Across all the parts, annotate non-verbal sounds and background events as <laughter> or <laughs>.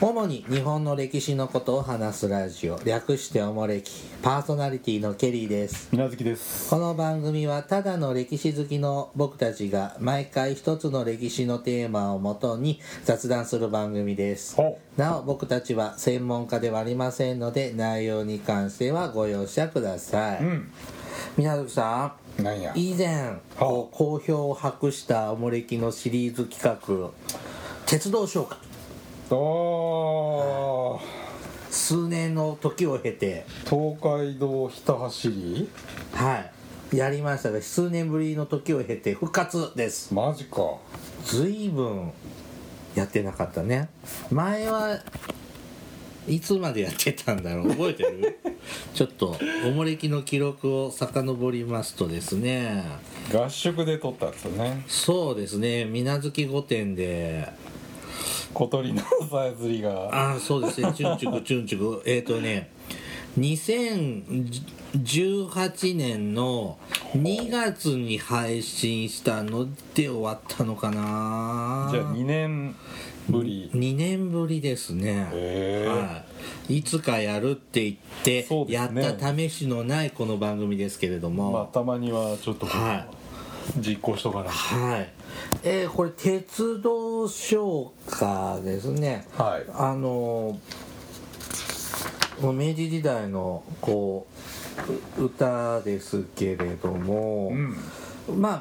主に日本の歴史のことを話すラジオ略しておもれきパーソナリティのケリーですみなずきですこの番組はただの歴史好きの僕たちが毎回一つの歴史のテーマをもとに雑談する番組ですほなお僕たちは専門家ではありませんので内容に関してはご容赦ください、ん皆さんさなんやん以前こう好評を博したおもれきのシリーズ企画鉄道紹介おー数年の時を経て東海道ひた走りはいやりましたが数年ぶりの時を経て復活ですマジかずいぶんやってなかったね前はいつまでやってたんだろう覚えてるちょっとおもれきの記録を遡りますとですね合宿で撮ったんですよねそうですね水無月御殿で小鳥のさえずりがああそうですねチュンチュクチュンチュクえっ、ー、とね2018年の2月に配信したので終わったのかなじゃあ2年ぶり2年ぶりですね、へえはい、いつかやるって言って、そうでやすっねた試しのないこの番組ですけれども、まあたまにはちょっとは実行しとかないはいえーこれ鉄道消化ですねはいあのもう明治時代のこうう歌ですけれども、うんま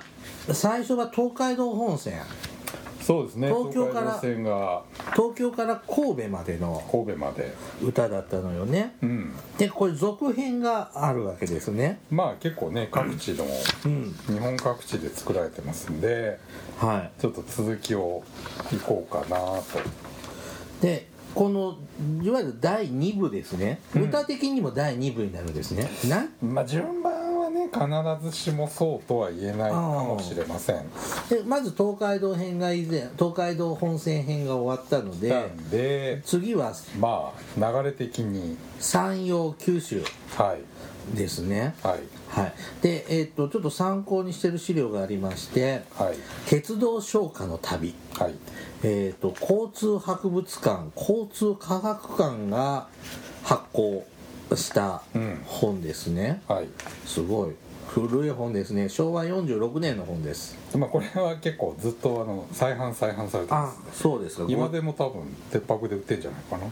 あ最初は東海道本線そうですね東京から東海道線が東京から神戸までの神戸まで歌だったのよねうんでこれ続編があるわけですねまあ結構ね各地のうん日本各地で作られてますんではちょっと続きをいこうかなといでこのいわゆる第2部ですね、うん歌的にも第2部になるんですねなまあ、順番はね必ずしもそうとは言えないかもしれませんでまず東海道編が以前東海道本線編が終わったので、なんで次はまあ流れ的に山陽九州はいですねはいはいでえっとちょっと参考にしてる資料がありましてはい鉄道消化の旅はいえー、と交通博物館交通科学館が発行したうん本ですね、はいすごい古い本ですね昭和46年の本ですまあこれは結構ずっとあの再販再販されてまあすそうですか今ごでも多分鉄泊で売ってんじゃないかな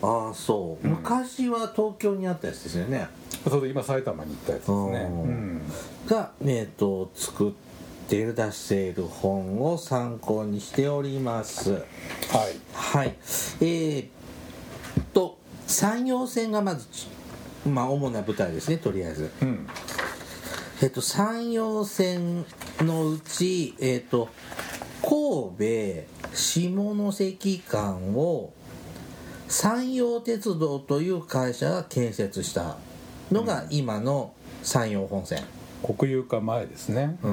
ああそう、うん昔は東京にあったやつですよねそれで今埼玉に行ったやつですねおーうんが、えー、と作ってる出している本を参考にしておりますはいはいえー、と山陽線がまず、まあ、主な舞台ですねとりあえずうんえっと、山陽線のうち、えっと、神戸下関間を山陽鉄道という会社が建設したのが今の山陽本線、国有化前ですねうん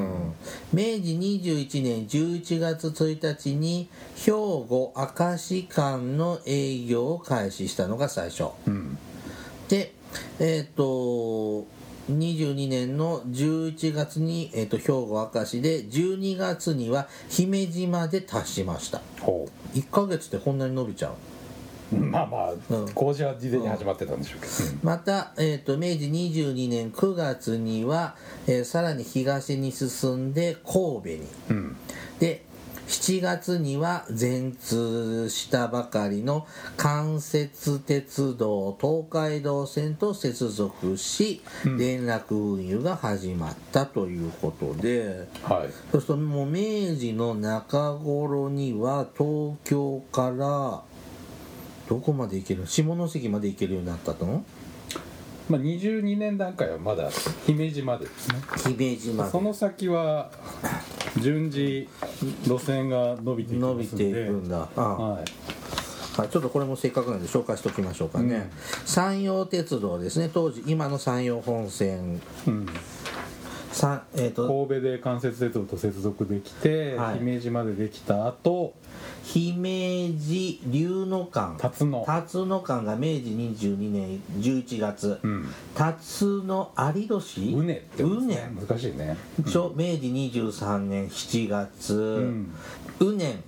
明治21年11月1日に兵庫明石間の営業を開始したのが最初うんでえっ、と22年の11月に、えー、と兵庫明石で12月には姫路まで達しましたほ1ヶ月でこんなに伸びちゃううまあまあ、うん工事は事前に始まってたんでしょうけど、また、えー、と明治22年9月には、えーさらに東に進んで神戸にうんうんで7月には全通したばかりの関節鉄道東海道線と接続し、うん連絡運輸が始まったということではいそうするともう明治の中頃には東京からどこまで行ける下関まで行けるようになったのまあ、22年段階はまだ姫路までですね姫路までその先は順次路線が伸びていき伸まびすんていくでんだ。ああはいはい、ちょっとこれもせっかくなんで紹介しておきましょうかね、うん山陽鉄道ですね当時今の山陽本線うん、さえー、と神戸で関節鉄道と接続できて、はい姫路までできた後姫路龍野間辰野辰野間が明治22年11月、うん辰野有年うねってことですね難しいねちょ明治23年7月、うんうねん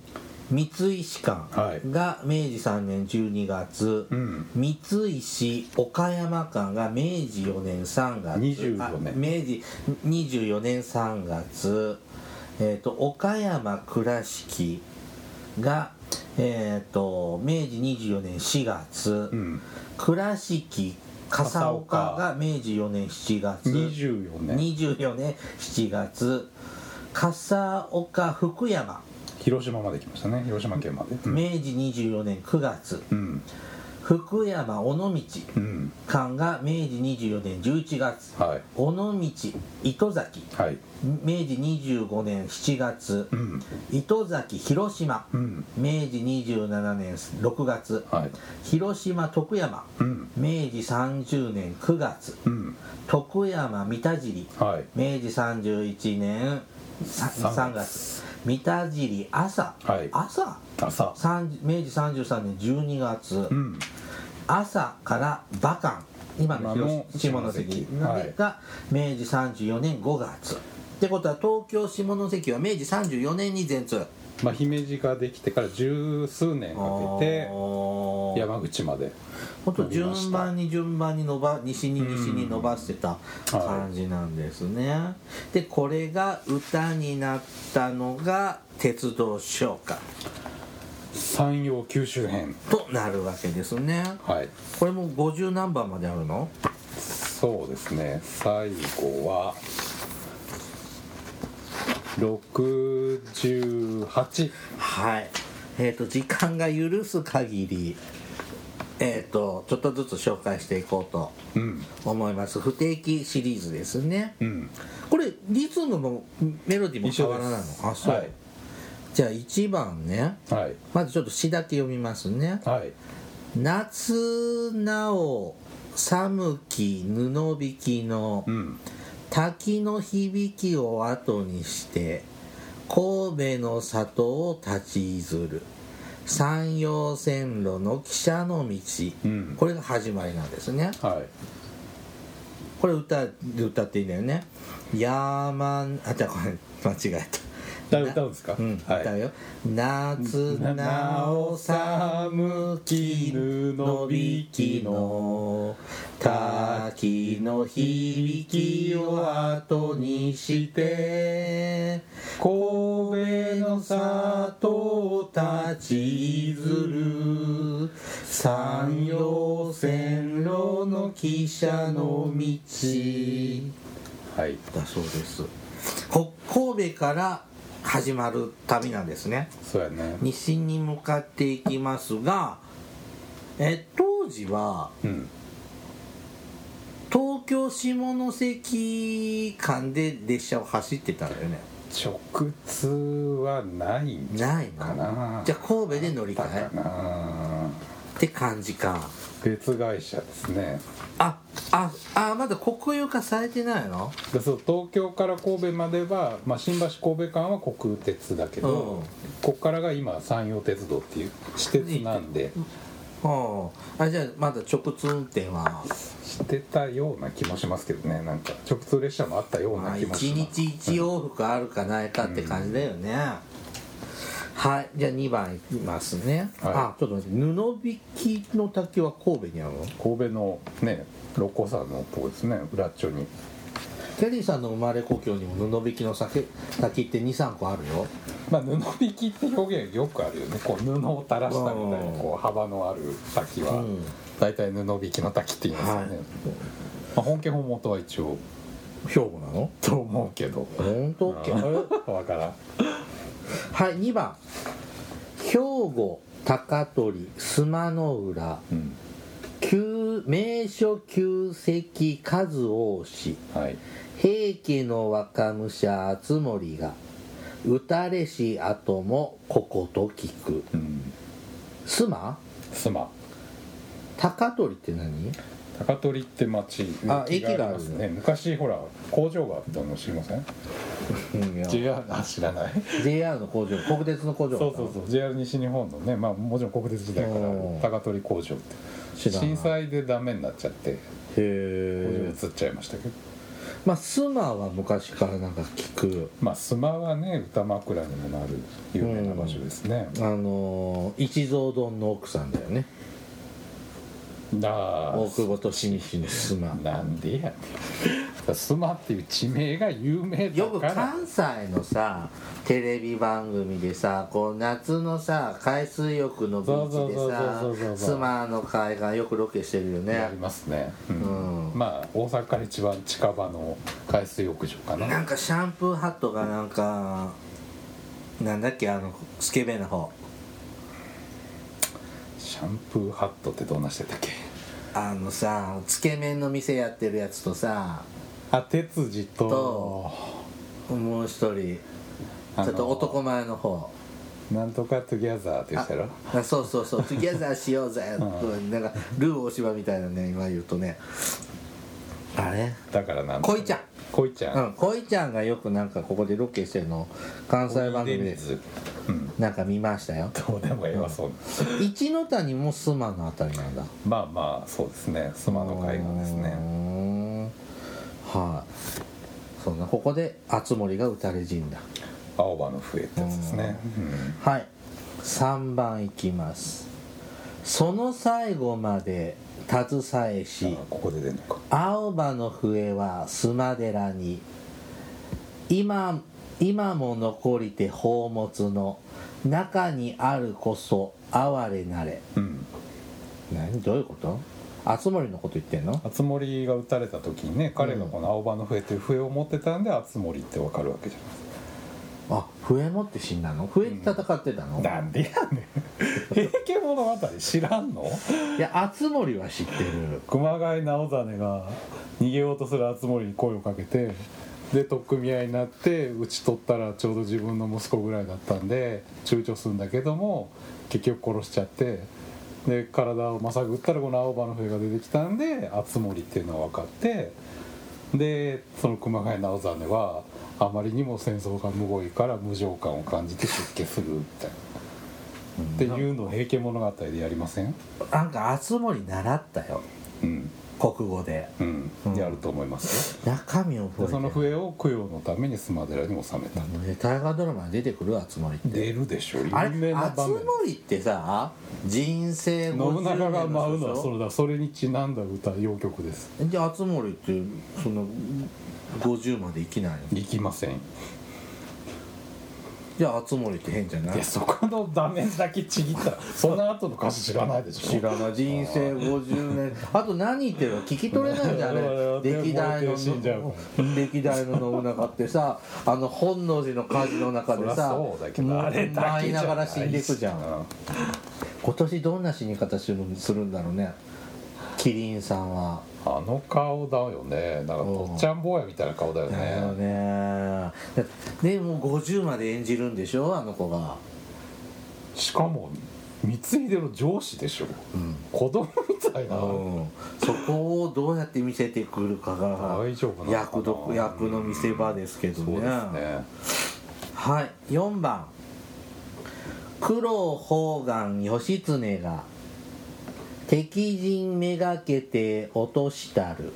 三井歯はい間が明治3年12月、うん三井市岡山間が明治4年3月24あ年明治24年3月、えー、と岡山倉敷が、えー、と明治24年4月、うん倉敷笠岡が明治4年7月24年24年7月笠岡福山広島まで来ましたね広島県までうん明治24年9月うん福山尾道うん間が明治24年11月はい尾道糸崎はい明治25年7月うん糸崎広島うん明治27年6月はい広島徳山うん明治30年9月うん徳山三田尻はい明治31年 3, 三月三田尻朝、はい朝朝三明治33年12月、うん朝から馬館今の広今下の関下関が明治34年5月、ってことは東京下関は明治34年に全通まあ姫路ができてから十数年かけておー山口までほんと伸びました順番に順番に伸ば西に西に伸ばしてた感じなんですね、でこれが歌になったのが鉄道唱歌山陽九州編となるわけですねはいこれも50何番まであるのそうですね最後は68はいえっ、と時間が許す限りえっ、とちょっとずつ紹介していこうとうん思います不定期シリーズですねうんこれリズムもメロディーも一変緒わでらないすのあそう、はいじゃあ1番ねはいまずちょっと詩だけ読みますねはい「夏なお寒き布引きのうん滝の響きを後にして神戸の里を立ちいずる山陽線路の汽車の道」うんこれが始まりなんですねはいこれ歌で歌っていいんだよね「山あじゃあこれ間違えた」歌う歌うんですかうん、はい歌うよ「夏なお寒き布引きの滝の響きを後にして」神戸の里を立ちずる山陽線路の汽車の道はいだそうですこ神戸から始まる旅なんですねそうやね西に向かっていきますがえ当時はうん東京下関間で列車を走ってたんだよね直通はないんじないのかなじゃあ神戸で乗りゃない換かなえって感じか別会社ですねあああまだ国有化されてないのでそう東京から神戸までは、まあ、新橋神戸間は国鉄だけど、うんここからが今山陽鉄道っていう私鉄なんでうんあじゃあまだ直通運転はしてたような気もしますけどねなんか直通列車もあったようまなあ、気1もします日1往復あるかないかって感じだよね、はいじゃあ2番いきますね、はいあちょっと待って布引きの滝は神戸にあるの神戸のね六甲山のとこですね裏っちょにキャリーさんの生まれ故郷にも布引きの酒滝って23個あるよまあ布引きって表現よくあるよねこう布を垂らしたみたいなうんこう幅のある滝はうん大体布引きの滝って言いますよね、はいまあ、本家本元は一応兵庫なのと思うけど本当あっけーわからんはい2番兵庫高取須磨の浦うん旧名所旧跡数多しはい平家の若武者熱盛が打たれし後もここと聞くうん須磨須磨高取って何高取って町あます駅があね昔ほら工場があったの知りません JR あ知らない JR の工場国鉄の工場そうそうそう JR 西日本のねまあもちろん国鉄時代からあるうん高取工場って知らない震災でダメになっちゃってへ工場移えっちゃいましたけどまあスマは昔からなんか聞くまあ須磨はね歌枕にもなる有名な場所ですね、あのー一蔵丼の奥さんだよねだ大久保利通のスマなんでやねん須磨っていう地名が有名だよくから関西のさテレビ番組でさこう夏のさ海水浴のビーチでさそうそうそうそうそうそうスマの海岸よくロケしてるよあねりますね、うんうんまあ大阪から一番近場の海水浴場かななんかシャンプーハットがなんかなんだっけあのスケベの方シャンプーハットってどんなしてたっけあのさつけ麺の店やってるやつとさあ哲司とともう一人ちあょのっと男前の方なんとかトゥギャザーって言ってたろあそうそうそう「トゥギャザーしようぜ」んなんかルー大芝みたいなね今言うとねあれだからなん恋ちゃん恋ちゃ、うんん恋ちゃんがよくなんかここでロケしてるのを関西番組でずうんなんか見ましたよどうでもええ <laughs> わそう一ノ谷も須磨のあたりなんだまあまあそうですね須磨の海岸でうすーねんはい、そうねここで熱森が打たれ死んだ青葉の笛ってやつですね、うんはい3番いきますその最後まで携えしあここで出るのか青葉の笛は須磨寺に今今も残りて宝物の中にあるこそ哀れなれうん何どういうこと熱森のこと言ってんの熱森が撃たれた時にね彼がこの青葉の笛という笛を持ってたんで熱森ってわかるわけじゃないあ笛持って死んだの笛で戦ってたの、なんでやねん平家物語知らんのいや熱森は知ってる熊谷直実が逃げようとする熱森に声をかけてで取っ組み合いになって討ち取ったらちょうど自分の息子ぐらいだったんで躊躇するんだけども結局殺しちゃってで体をまさぐったらこの青葉の笛が出てきたんで熱森っていうのは分かってでその熊谷直実はあまりにも戦争がむごいから無情感を感じて出家するみたいな。っていうのを「平家物語」でやりませんなんか熱森習ったようん国語でうんうんやると思いますよ中身を覚えでてそのる笛を供養のために須磨寺に納めたあのね大河ドラマに出てくる熱森って出るでしょ有あれ名な熱場面森ってさ人生50信長が舞うのはそのれだそれにちなんだ歌謡曲ですじゃあ熱森ってその50まで生きないのいきませんじゃあ熱森って変じゃないでそこの場面だけちぎったらその後の歌詞知らないでしょ知らない人生50年 <laughs> あと何言ってるか聞き取れないんだねうん歴代のでも死んじゃうか歴代の信長ってさあの本能寺の火事の中でそりゃさそうだけどあれだけじゃない舞いながら死んでいくじゃんうん今年どんな死に方するするんだろうねキリンさんはあの顔だよねなんかとっちゃん坊やみたいな顔だよだよねねでもう50まで演じるんでしょあの子がしかも光秀の上司でしょうん、子供みたいなうん、そこをどうやって見せてくるかが大丈夫なのかな役ど役の見せ場ですけどそうねですねはい4番九郎宝願義経が敵陣めがけて落としたる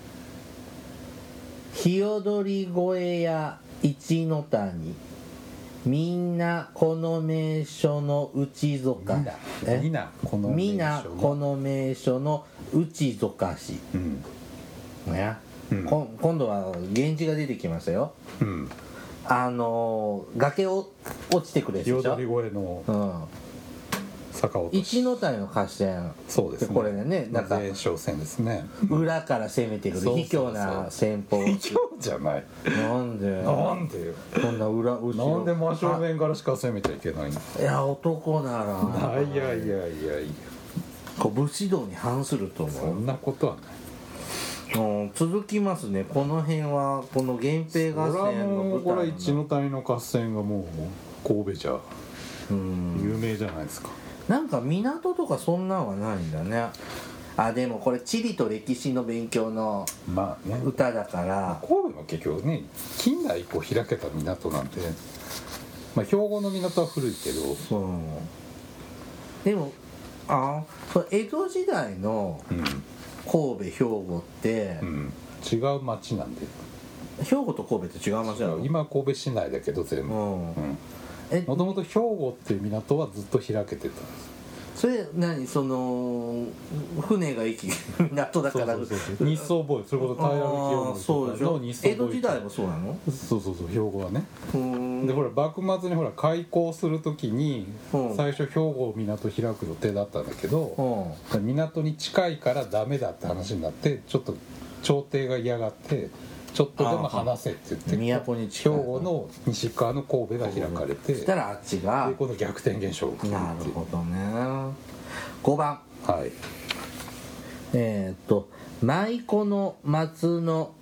日踊り越えや一の谷みんなこの名所の内ぞかだえみなこのみなこの名所の内ぞかしうんね、うんこん今度は源氏が出てきましたようんあのー崖を落ちてくれでし日ょ踊り越えのうん坂を一の谷の合戦そうですねこれでねなんか前哨戦ですね裏から攻めてくるそうそうそ卑う怯な戦法卑怯じゃないなんで <laughs> なんでよこんな裏後ろなんで真正面からしか攻めちゃいけないのあいや男ならいやいやいやいやこう武士道に反するとそ思んなことはないうん、続きますねこの辺はこの源平合これは戦のもう舞これは台一のの谷の合戦がもう神戸じゃうん有名じゃないですかなんか港とかそんなんはないんだねあでもこれ地理と歴史の勉強のまあね歌だから神戸は結局ね近代以降開けた港なんでまあ兵庫の港は古いけどそうでもあそう江戸時代のうん神戸兵庫ってうん違う町なんで兵庫と神戸って違う町なの今神戸市内だけど全部うんえもともと兵庫っていう港はずっと開けてたんですそれ何その船が行き港だからそうそうそうそう日相貿易それこそ平あーそう清で盛しとかのょ日相貿江易戸時代もそうなのそうそうそう兵庫はねうーんでほら幕末にほら開港するときにうん最初兵庫港開く予定だったんだけどうん港に近いからダメだって話になってちょっと朝廷が嫌がってちょっとでも話せって言って都に兵近い庫の西側の神戸が開かれてそしたらあっちがでこの逆転現象が起きるなっるていうほどね5番はいえっ、と「舞妓の松の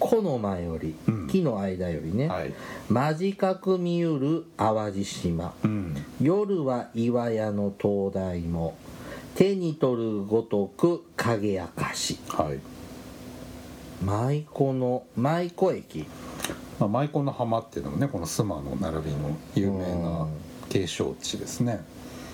木の間より、うん木の間よりね、はい間近く見ゆる淡路島うん夜は岩屋の灯台も手に取るごとく影明かしはい舞妓の舞妓駅まあ、舞妓の浜っていうのもねこの須磨の並びの有名な景勝地ですね、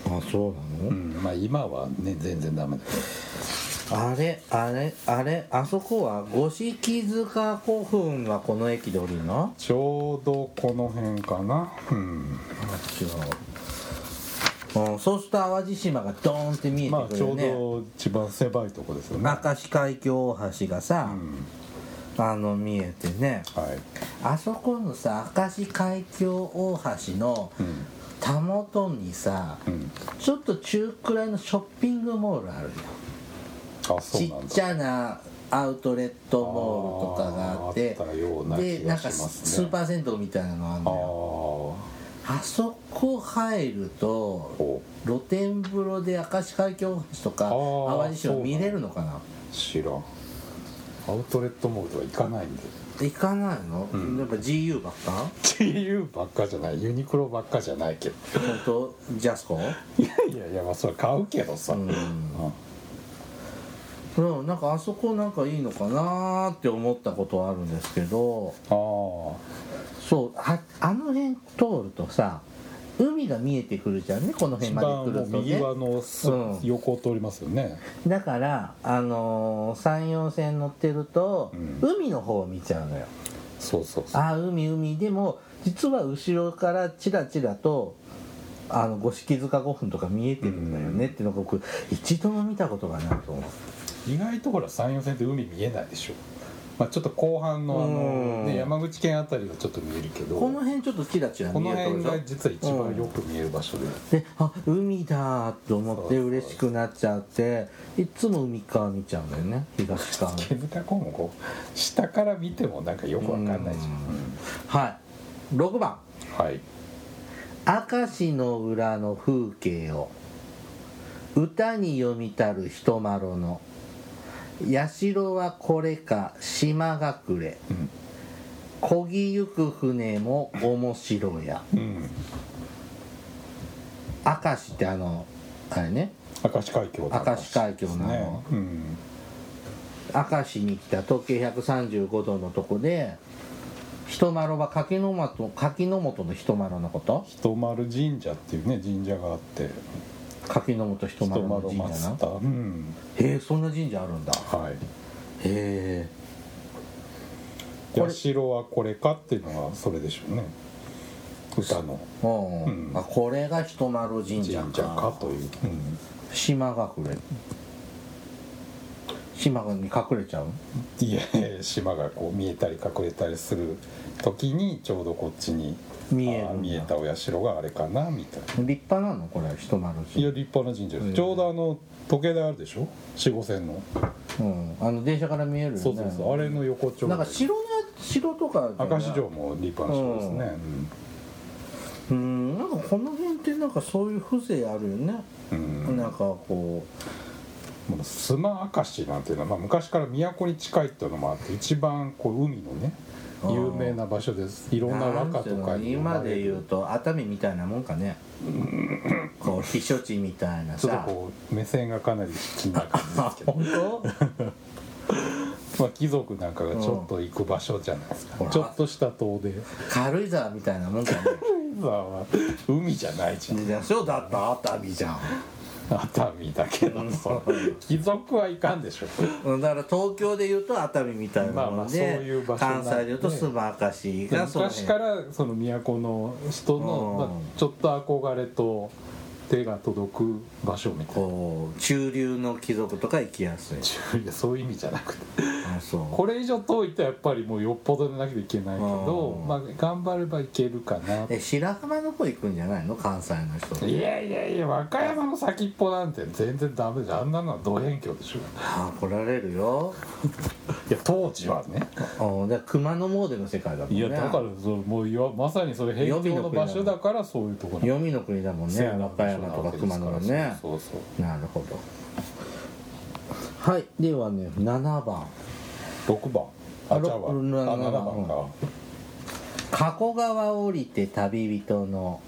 あそうなの、うんまあ、今はね全然ダメだけどあれあれあれあそこは五色塚古墳はこの駅で降りるのちょうどこの辺かなうん違う、うん、そうすると淡路島がドーンって見えてまあくちるょようね、ど一番狭いとこですよね明石海峡大橋がさう、んあの見えてねはいあそこのさ明石海峡大橋のうんたもとにさ、うんちょっと中くらいのショッピングモールあるよあそうちなんっだちゃなアウトレットモールとかがあってあーあったような気がでなんかしますねスーパー銭湯みたいなのあるああのよあそこ入るとお露天風呂で明石海峡大橋とかあー淡路島見れるのかな知らんアウトレットモールは行かないんで行かないの、んやっぱ GU ばっか GU ばっかじゃないユニクロばっかじゃないけど本当ジャスコいやいやいやまあそれは買うけどさ、うんうんうんなんかあそこなんかいいのかなーって思ったことはあるんですけどああそうああの辺通るとさ海が見えてくるじゃんねこの辺一ま番で来もうると右ね側のす、うん横を通りますよねだからあのー、山陽線乗ってると、うん海の方を見ちゃうのよそうそうそうああ海海でも実は後ろからチラチラとあの五色塚古墳とか見えてるんだよねっていうのが僕一度も見たことがないと思う意外とほら山陽線って海見えないでしょ、まあ、ちょっと後半のあうの、んね、山口県あたりはちょっと見えるけどこの辺ちょっとチラチラこ見のえてる辺でしょが実は一番よく見える場所で、であ海だと思っそうてそう嬉しくなっちゃっていっつも海側見ちゃうんだよね東側毛塚湖もこう下から見てもなんかよくわかんないじゃん、はい6番うんはい「明石の裏の風景を歌に読みたる人まろの社はこれか島隠れうん漕ぎゆく船も面白やうん」明石ってあのあれね明石海峡の明石海峡のね、うん、明石に来た東経135度のとこで人丸は柿の本柿の本の人丸のこと人丸神社っていうね神社があって柿の本人人丸丸のを神社祀なったうんへえそんな神社あるんだはいへこれで社はこれかっていうのはそれでしょうね歌のえうん、うんあこれが人丸神神社社かかという、うん島隠れ島に隠れちゃういえ島がこう見えたり隠れたりする時にちょうどこっちに見えるんだあー見えたお社があれかなみたいな立派なのこれ人丸い神社や立派な神社です、うんちょうどあの時計台あるでしょ四五線の、うんあの電車から見えるよねそうそうそうあれの横丁なんか城の城とかだよね明石城も立派な城ですね、うんなんかこの辺ってなんかそういう風情あるよね、うんうんなんかこもう須磨明石なんていうのは、まあ、昔から都に近いっていうのもあって一番こう海のねあー有名な場所ですいうろんな和歌となんかていうの今で言うと熱海みたいなもんかねこう避暑地みたいなちょっさとこう目線がかなり気にな感じですけど、 <laughs> 本当まあ、貴族なんかがちょっと行く場所じゃないですか、うんちょっとした遠出軽井沢みたいなもんかね海は海じゃないじゃんでそうだった熱海じゃん熱海だけどそれ貴族はいかんでしょうんだから東京でいうと熱海みたいなまあまもあんそうでいう場所なん関西ででいうと須磨明石がその昔辺からその都の人の、うんまあ、ちょっと憧れと手が届く場所みたいなこう中流の貴族とか行きやすい <laughs> いやそういう意味じゃなくてあそうこれ以上遠いとやっぱりもうよっぽどでなきゃいけないけどうんまあ頑張ればいけるかなえ白浜の方行くんじゃないの関西の人いやいやいや和歌山の先っぽなんて全然ダメじゃんあんなのは同辺境でしょああ来られるよいや当時はねあで熊野詣の世界だもんねいやだからそのもういわまさにそれ辺境の場所だからそういうところ黄泉の国だもんね和歌山とか熊野はねそうそうなるほどはいではね7番六番ああちゃうわあ六七七番か加古川降りて旅人の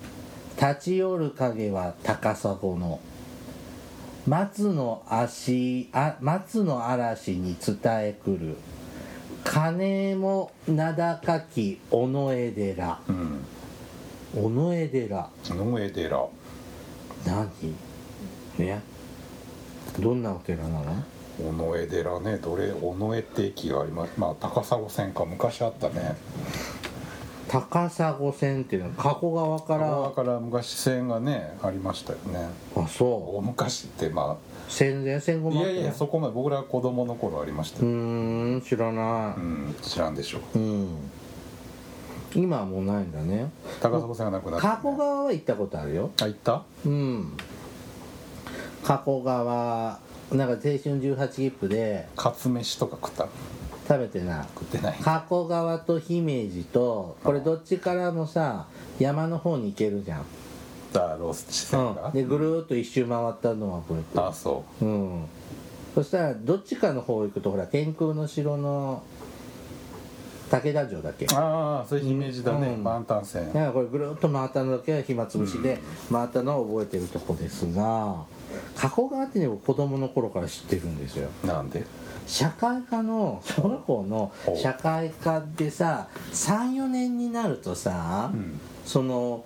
立ち寄る影は高砂の松の足あ松の嵐に伝えくる鐘も名高き尾上寺うん尾上寺野上寺何ねどんなお寺なの尾上寺ねどれ尾上って駅がありますまあ高砂線か昔あったね高砂線っていうのは加古川かだかららから昔線がねありましたよねあそ大昔ってまう戦前戦後あいもあっやたのいやそこまで僕ら子供の頃ありましうたよーん知らないうん知らんでしょううん今はもうないんだね高砂線がなくなったね加古川は行ったことあるよあ行ったうん加古川なんか青春18切符でカツ飯とか食った食べてな食ってない加古川と姫路とこれどっちからもさ山の方に行けるじゃん、だロース地線うがん、でぐるーっと一周回ったのは覚えてるあそうんそしたらどっちかの方行くとほら天空の城の武田城だっけうああそれ姫路だねうん満タン線だからこれぐるっと回ったのだけは暇つぶしで回ったのを覚えてるとこですが加古川ってね僕子供の頃から知ってるんですよなんで社会科の小学校のほう社会科でさ34年になるとさ、うんその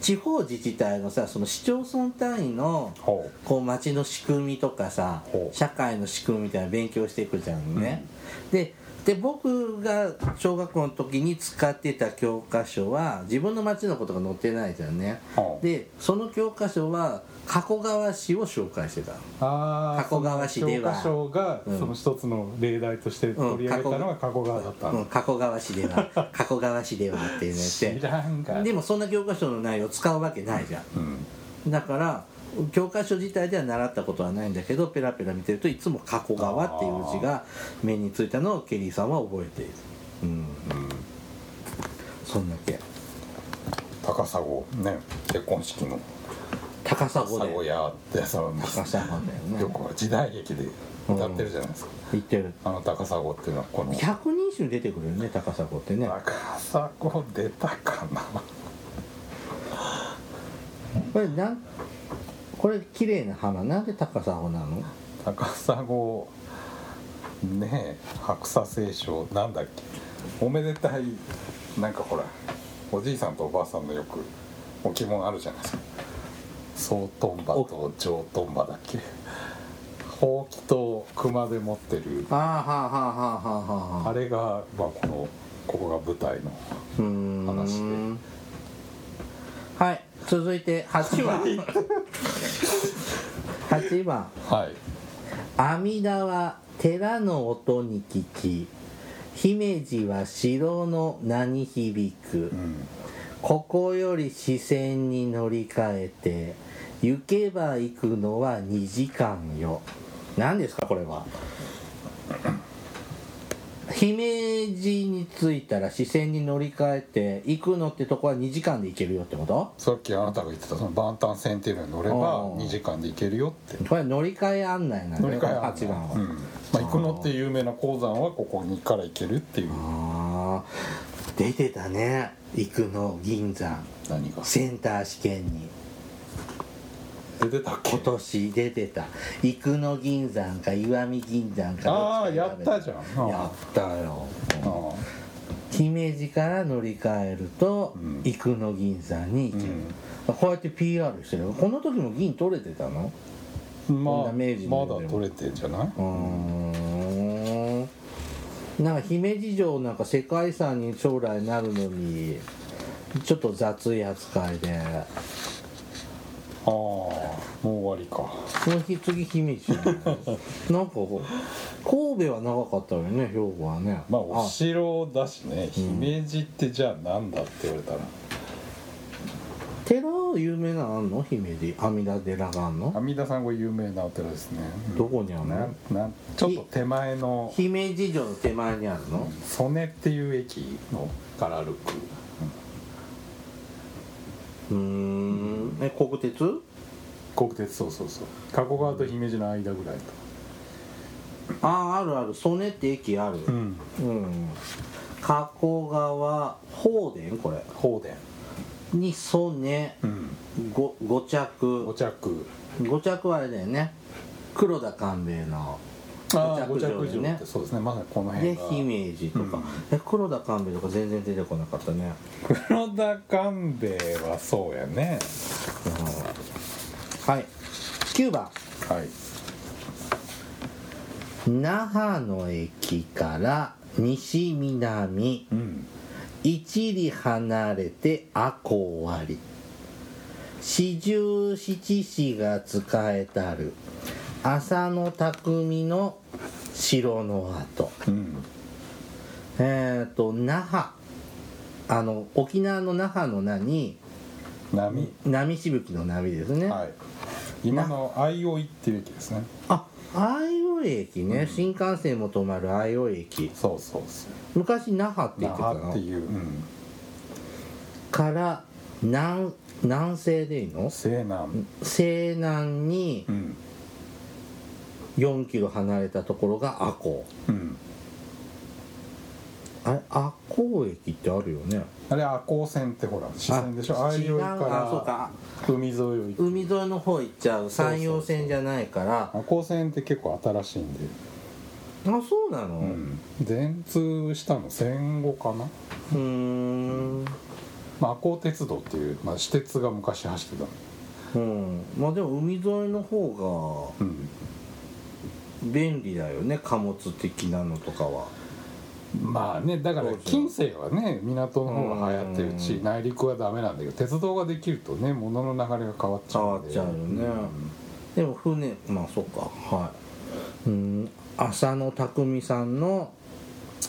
地方自治体のさその市町村単位のほこう町の仕組みとかさほう社会の仕組みみたいな勉強していくじゃんね、でで僕が小学校の時に使ってた教科書は自分の町のことが載ってないじゃんねほうでその教科書は加古川市を紹介してたのうああ加古川市では教科書がうんその一つの例題として取り上げたのが加古川だったうん、の加古川市では加古川市ではっていうのや <laughs> 知っらんがてでもそんな教科書の内容使うわけないじゃんうんだから教科書自体では習ったことはないんだけどペラペラ見てるといつも「加古川」っていう字が目についたのをケリーさんは覚えているうんうんそんだけ高砂ね結婚式の高砂砂で屋やってその高砂だよねよく時代劇で歌ってるじゃないですか、行ってるあの高砂っていうのはこの百人一首に出てくるよね高砂ってね高砂出たかなこれなんこれ綺麗な花なんで高砂なの高砂ねえ白砂聖書なんだっけおめでたいなんかほらおじいさんとおばあさんのよく置物あるじゃないですか総トンバと上トンバだっけほうきと熊で持ってるああはあはあはあはあはああれが、まあ、このここが舞台のうーん話しはい続いて8番8番はい阿弥陀は寺の音に聞き姫路は城の名に響くうんここより視線に乗り換えて行けば行くのは2時間よ何ですかこれ <laughs> は姫路に着いたら視線に乗り換えて行くのってとこは2時間で行けるよってことさっきあなたが言ってたその万端線っていうのに乗ればうん2時間で行けるよってこれは乗り換え案内なんだ乗よりね換えある8番は、うんまあ、行くのって有名な鉱山はここにから行けるっていうあー出てたね行くの銀山何がセンター試験に出てたっけ今年出てた生野銀山か石見銀山かどっちかああやったじゃん選べたやったようん姫路から乗り換えるとうん生野銀座に行ける、こうやって PR してるこの時も銀取れてたのまこんな明治あのま世でもだ取れてんじゃないうーんなんか姫路城なんか世界遺産に将来なるのにちょっと雑い扱いでああもう終わりかその日次姫路 <laughs> なんだなんかこう神戸は長かったよね兵庫はねまあお城だしね姫路ってじゃあなんだって言われたら寺有名なのあんの姫路阿弥陀寺があんの阿弥陀さんご有名なお寺ですねどこにあんなのなちょっと手前の姫路城の手前にあるの曽根っていう駅のから歩くうーんえ国鉄国鉄そうそうそう加古川と姫路の間ぐらいとあああるある曽根って駅あるんうん加古川放電これ放電に曽根うんご五五着着五着はあれだよね黒田官兵衛のああ五五着着城城ねってそうですねまさにこの辺でが姫路とか、え黒田官兵衛とか全然出てこなかったね、黒田官兵衛はそうやねうんはい9番はい那覇の駅から西南うん一里離れて阿こわり四十七士が仕えたる浅野匠の城の跡うんえっ、と那覇あの沖縄の那覇の名に波波しぶきの波ですね、はい今の相生っていう駅ですねあ相生駅ね、新幹線も止まる相生駅そうそうそう昔那覇って言那ってた覇っのていう、うん、から南南西でいいの西南西南にうん4キロ離れたところが阿公うんあれ阿公駅ってあるよねあれ赤穂線ってほら支線でしょ相生違うあそうかから海沿いを行く海沿いの方行っちゃう山陽線じゃないから赤穂線って結構新しいんで、あそうなのう、うん電通したの戦後かな、ーんまあ、赤穂鉄道っていう、まあ、私鉄が昔走ってうんまあでも海沿いの方たの、うん、が便利だよね貨物的なのとかはまあねだからそうそう近世はね港の方が流行ってるしうん内陸はダメなんだけど鉄道ができるとね物の流れが変わっちゃうんで変わっちゃうよねでも船まあそっかはいうん浅野匠さんの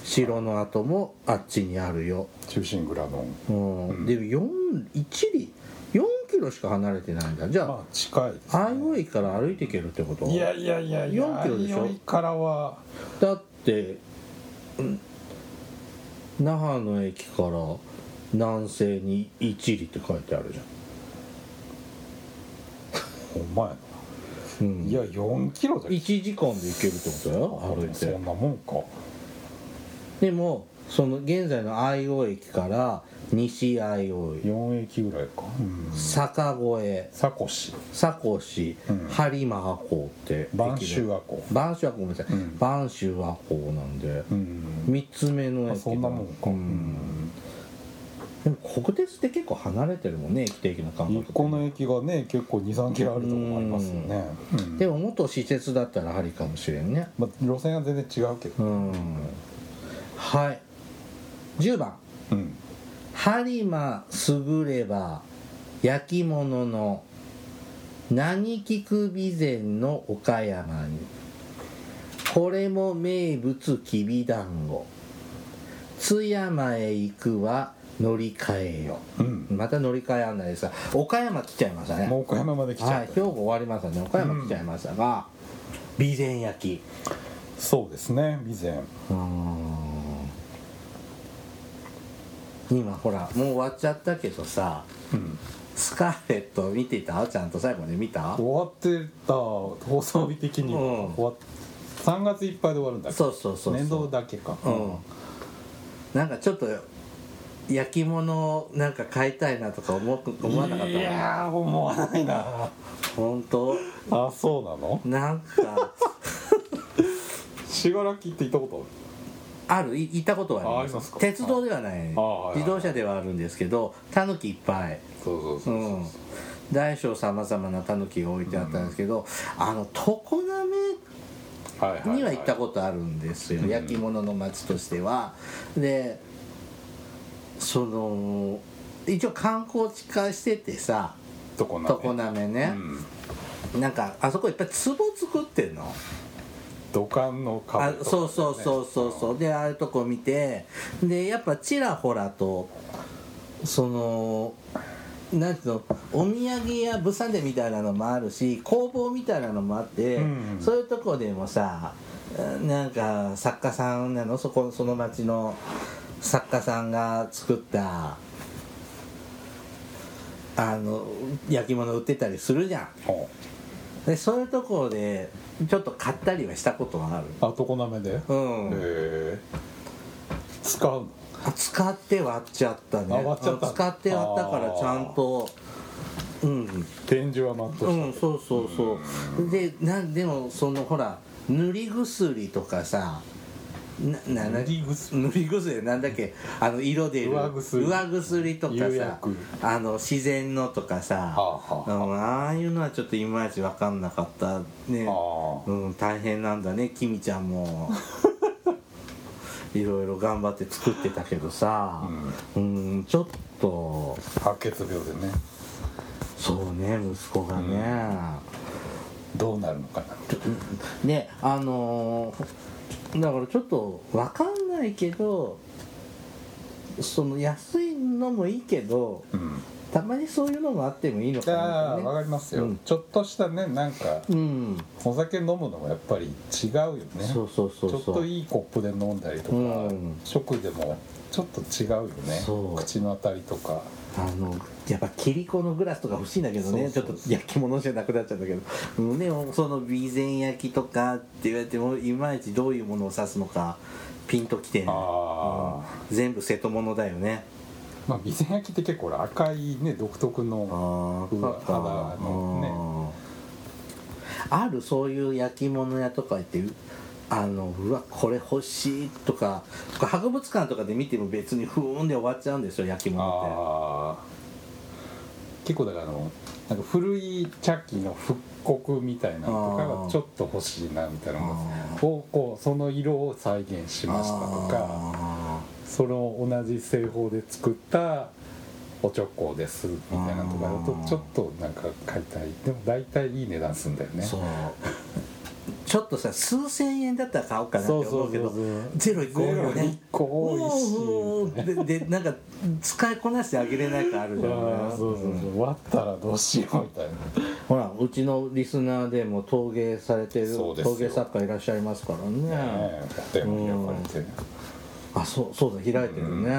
城の跡もあっちにあるよ中心蔵のうん、で4 1里4キロしか離れてないんだじまゃあ近いですあ相生駅から歩いていけるってこといやいやいやいや4キロでしょ相生からはだって、うん那覇の駅から南西に1里って書いてあるじほんまやなゃん、うん、いや4キロだよ1時間で行けるってことだよ歩いそてんなもんかでもその現在の相生駅から西相生4駅ぐらいかうん坂越えサコシ佐古市うん播磨阿公って駅で播州和光播州はごめんなさいうん播州はこうなんでうん3つ目のまあ駅そんなもんかううんでも国鉄って結構離れてるもんね駅定駅の感覚1個の駅がね結構23キロあるとこもありますよねうんでも元施設だったらありかもしれんねまあ路線は全然違うけうどんはい10番うん「播磨優れば焼き物の何菊備前の岡山にこれも名物きびだんご津山へ行くは乗り換えよ」うんまた乗り換え案内でさ岡山来ちゃいましたねもう岡山まで来ちゃはい、っ兵た、庫終わりましたね岡山来ちゃいましたが、備前焼きそうですね備前うーん今ほらもう終わっちゃったけどさうんスカーレット見てたちゃんと最後まで見た終わってた放送日的にうん終わっ3月いっぱいで終わるんだっけそうそうそうそう年度だけかうんなんかちょっと焼き物なんか買いたいなとか思う思わなかっいたやー思わないな本当あそうなのなんか信楽って行ったことあるい行ったことはありあありまますすか鉄道ではないあはいはい自動車ではあるんですけどタヌキいっぱいそうそううそう、ん大小さまざまなタヌキが置いてあったんですけど、あの常滑はいはい、には行ったことあるんですよ、うん焼き物の町としてはでその一応観光地化しててさとこな常滑ね、なんかあそこいっぱい壺作ってんの土管の壁あとかねそうそうそうそうそうでああいうとこ見てでやっぱちらほらとそのなんていうのお土産屋物産展みたいなのもあるし工房みたいなのもあって、うんそういうとこでもさなんか作家さんなのそこその町の作家さんが作ったあの焼き物売ってたりするじゃんほでそういうところでちょっと買ったりはしたことはあるうあ常滑で、へうんえ使うのあ使って割っちゃったねあ割っちゃったあ使って割ったからちゃんとうん展示はマットうしんそうそうそうでなんでもそのほら塗り薬とかさななな塗り薬塗り薬なんだっけあの色で上薬上薬とか釉さ薬あの自然のとかさ、あはあうんああいうのはちょっといまいち分かんなかったねた、ああうん、大変なんだねきみちゃん <laughs> もいろいろ頑張って作ってたけどさうん、ちょっと白血病でねそうね息子がね、どうなるのかなねあのーだからちょっとわかんないけどその安いのもいいけどうんたまにそういうのもあってもいいのいかやなーわかりますよ、うんちょっとしたねなんかうんお酒飲むのもやっぱり違うよねそうそうそうそうちょっといいコップで飲んだりとか、うん食でもちょっと違うよねそう口の当たりとかあのやっぱキリコのグラスとか欲しいんだけどねそうそうそうちょっと焼き物じゃなくなっちゃうんだけど、うん、でもその備前焼きとかって言われてもいまいちどういうものを指すのかピンときてないああ全部瀬戸物だよねまあ備前焼きって結構ほら赤いね独特のあうわただあのあるそういう焼き物屋とか行ってあのうわこれ欲しいとかこれ博物館とかで見ても別にふーんで終わっちゃうんですよ焼き物って。ああ結構だからあのなんか古い茶器の復刻みたいなのとかあがーちょっと欲しいなみたいなのをこうその色を再現しましたとかあーその同じ製法で作ったおちょこですみたいなのとかだとあーちょっとなんか買いたいでも大体いい値段するんだよねそうちょっとさ数千円だったら買おうかなって思うけどそうそうそうそうゼロ1個多いよゼねロ一個多いしうんうんででなんか使いこなしてあげれないかあるじゃあなーいそうそうそう割ったらどうしようみたいなほらうちのリスナーでも陶芸されてるそうですよ陶芸作家いらっしゃいますからねねえお手紙焼かれてねあそうそうだ開いてるね、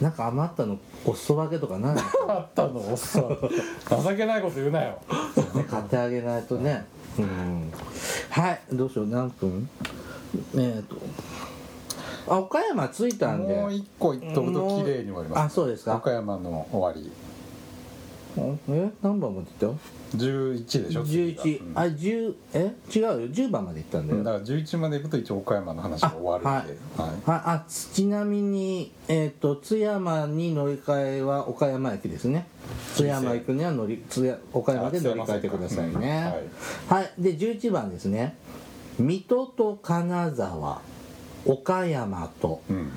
なんか余ったのお裾分けとかないのかあったのおっさん情けないこと言うなよ <laughs> ね買ってあげないとねうんはいどうしよう何分えっ、とあ岡山着いたんでもう一個言っとくと綺麗に終わりますあそうですか岡山の終わりんえ何番まで行っ11でたしょよ次が11あ10え違うよ10番まで行ったんだうよ、んだから11まで行くと一応岡山の話が終わるんであはいはい、あつちなみに、えー、と津山に乗り換えは岡山駅ですね津山行くには乗り津山岡山で乗り換えてくださいねあ津山線はい、で11番ですね水戸と金沢岡山とうん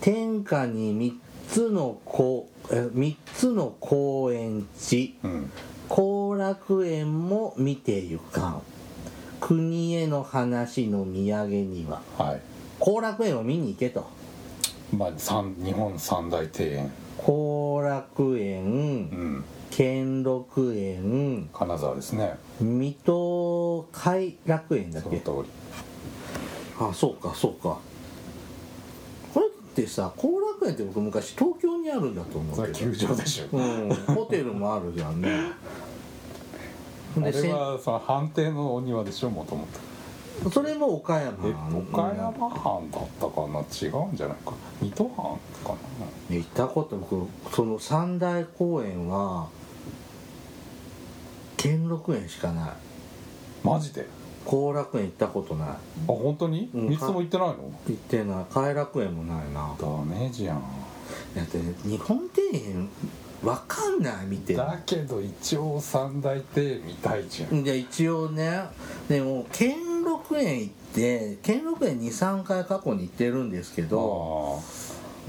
天下に3つのこうえ3つの公園地うん後楽園も見てゆかん国への話の土産にははい後楽園を見に行けとまあ三日本三大庭園後楽う園ん兼六園金沢ですね水戸偕楽園だっそのけ通りあそうかそうかこれってさ後楽園って僕昔東京にあるんだと思それうはけ球ど場でしょうん、ホテルもあるじ <laughs> ゃんねあ <laughs> れでせんはその判定のお庭でしょもともとそれも岡山え岡山藩だったかな違うんじゃないか水戸藩かな行ったこと僕その三大公園は兼六園しかないマジで後楽園行ったことない本当にうん三つも行ってないの行ってない偕楽園もないなダメじゃんだって日本庭園わかんない見てだけど一応三大庭園見たいじゃんじゃ一応ねでも兼六園行って兼六園23回過去に行ってるんですけどあ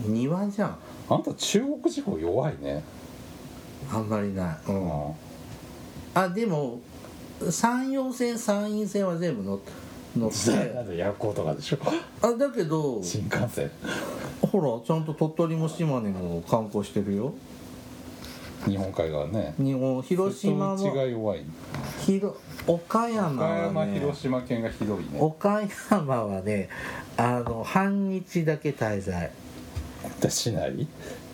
庭じゃんああんた中国地方弱いねあんまりない、うんああでも山陽線山陰線は全部乗っ乗っなてんだ夜行とかでしょあだけど <laughs> 新幹線ほらちゃんと鳥取も島根も観光してるよ日本海側ね日本広島瀬戸内がも弱い広岡山岡は山ね広島県がひどいね岡山はねあの半日だけ滞在市内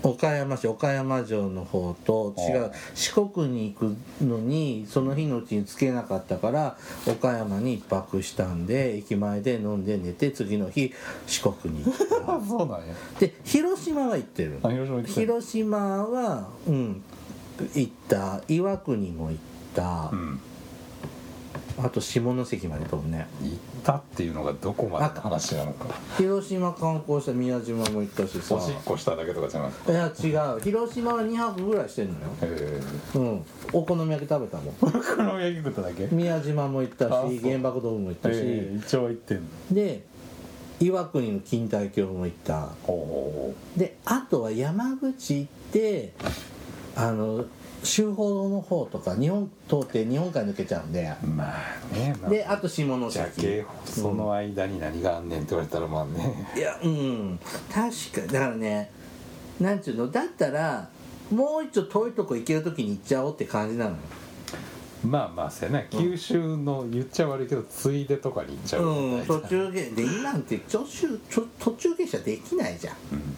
岡山市岡山城の方と違あうあ四国に行くのにその日のうちに着けなかったから岡山に一泊したんで駅前で飲んで寝て次の日四国に行っあそうなんやたで広島は行ってるあ広島行ってた広島はうん行った岩国も行った、うんあと下関まで飛ぶね行ったっていうのがどこまでの話なのか広島観光した宮島も行ったしさおしっこしただけとかじゃなくていや違う広島は2泊ぐらいしてんのよ <laughs> えうんお好み焼き食べたもん <laughs> えー、黒焼き食っただけえ宮島も行ったしあそう原爆ドームも行ったし、えー、一応行ってんので岩国の錦帯橋も行ったほであとは山口行ってあの修法道の方とか日本通って日本海抜けちゃうんでうまあねまあであと下じゃ関けその間に何があんねんって言われたらまあねいやうん確かにだからねなんちゅうのだったらもう一丁遠いとこ行ける時に行っちゃおうって感じなのよまあまあせやな九州の言っちゃ悪いけどついでとかに行っちゃううんみたい途な中下で今なんて途中ちょ途中下車できないじゃんうん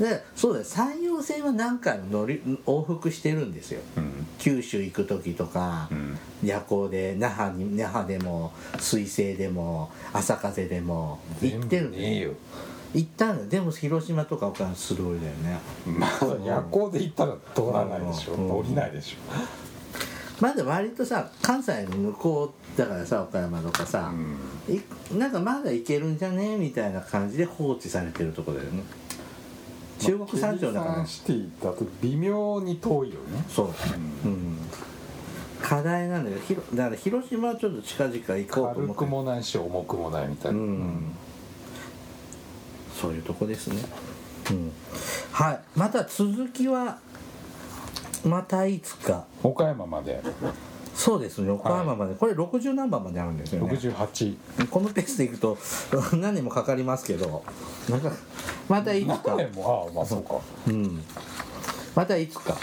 でそうだよ山陽線は何回も乗り往復してるんですようん九州行く時とか、うん夜行で那覇に那覇でも水星でも朝風でも行ってるん全部だねえよ行ったんだよでも広島とか岡山スローだよねまあ夜行で行ったら通らないでしょうん降りないでしょまだ割とさ関西の向こうだからさ岡山とかさう、んいなんかまだ行けるんじゃねみたいな感じで放置されてるとこだよね中国山頂だから、まあケリー山シティだと微妙に遠いよねそううんうん課題なんだけどひろだから広島はちょっと近々行こうと軽思ってくもないし重くもないみたいうな、んそういうとこですね、うん、はいまた続きはまたいつか岡山までそうですね横浜まで、これ60何番まであるんですよね68このペースでいくと <laughs> 何年もかかりますけどなんかまたいつか何、年もああまあそうかうん、またいつか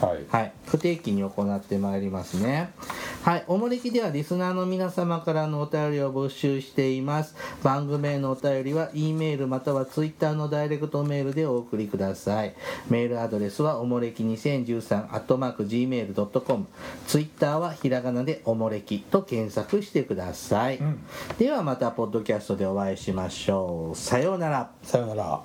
はいはい、不定期に行ってまいりますね。はい、おもれきではリスナーの皆様からのお便りを募集しています。番組へのお便りは E メールまたは Twitter のダイレクトメールでお送りください。メールアドレスはおもれき2013 gmail.com。Twitter はひらがなでおもれきと検索してください。んではまたポッドキャストでお会いしましょう。さようなら。さよなら